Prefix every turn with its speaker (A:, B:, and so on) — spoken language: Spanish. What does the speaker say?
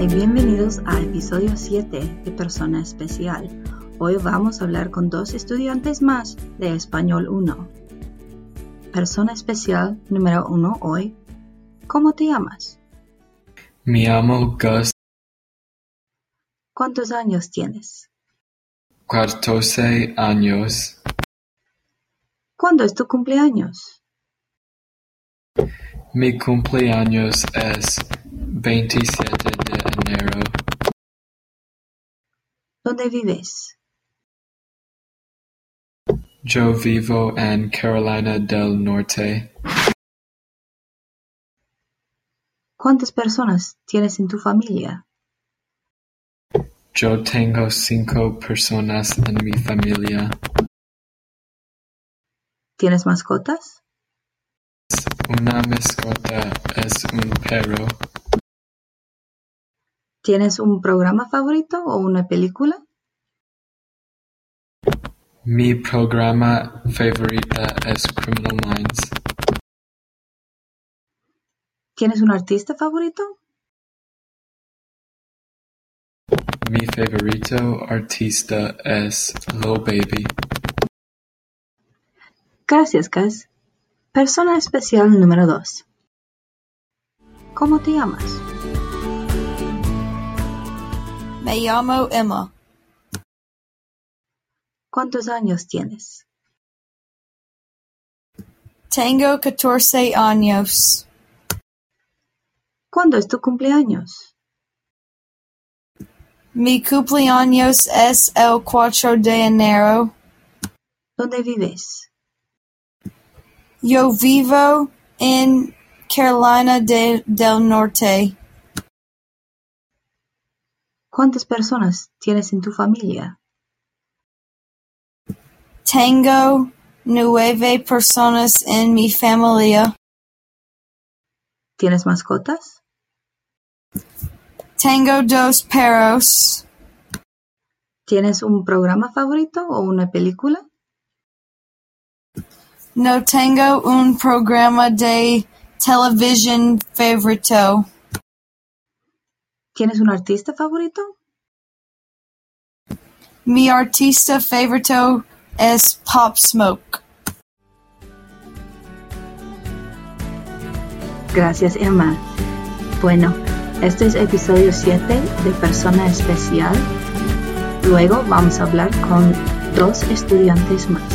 A: y bienvenidos a episodio 7 de Persona Especial. Hoy vamos a hablar con dos estudiantes más de Español 1. Persona Especial número 1 hoy. ¿Cómo te llamas?
B: Me llamo Gus,
A: ¿Cuántos años tienes?
B: 14 años.
A: ¿Cuándo es tu cumpleaños?
B: Mi cumpleaños es 27 de enero.
A: ¿Dónde vives?
B: Yo vivo en Carolina del Norte.
A: ¿Cuántas personas tienes en tu familia?
B: Yo tengo cinco personas en mi familia.
A: ¿Tienes mascotas?
B: Una mascota es un perro.
A: ¿Tienes un programa favorito o una película?
B: Mi programa favorita es Criminal Minds.
A: ¿Tienes un artista favorito?
B: Mi favorito artista es Lil Baby.
A: Gracias, Cas. Persona especial número 2. ¿Cómo te llamas?
C: Me llamo Emma.
A: ¿Cuántos años tienes?
C: Tengo 14 años.
A: ¿Cuándo es tu cumpleaños?
C: Mi cumpleaños es el 4 de enero.
A: ¿Dónde vives?
C: Yo vivo en Carolina de- del Norte.
A: ¿Cuántas personas tienes en tu familia?
C: Tengo nueve personas en mi familia.
A: ¿Tienes mascotas?
C: Tengo dos perros.
A: ¿Tienes un programa favorito o una película?
C: No tengo un programa de televisión favorito.
A: ¿Tienes un artista favorito?
C: Mi artista favorito es Pop Smoke.
A: Gracias, Emma. Bueno, este es episodio 7 de Persona Especial. Luego vamos a hablar con dos estudiantes más.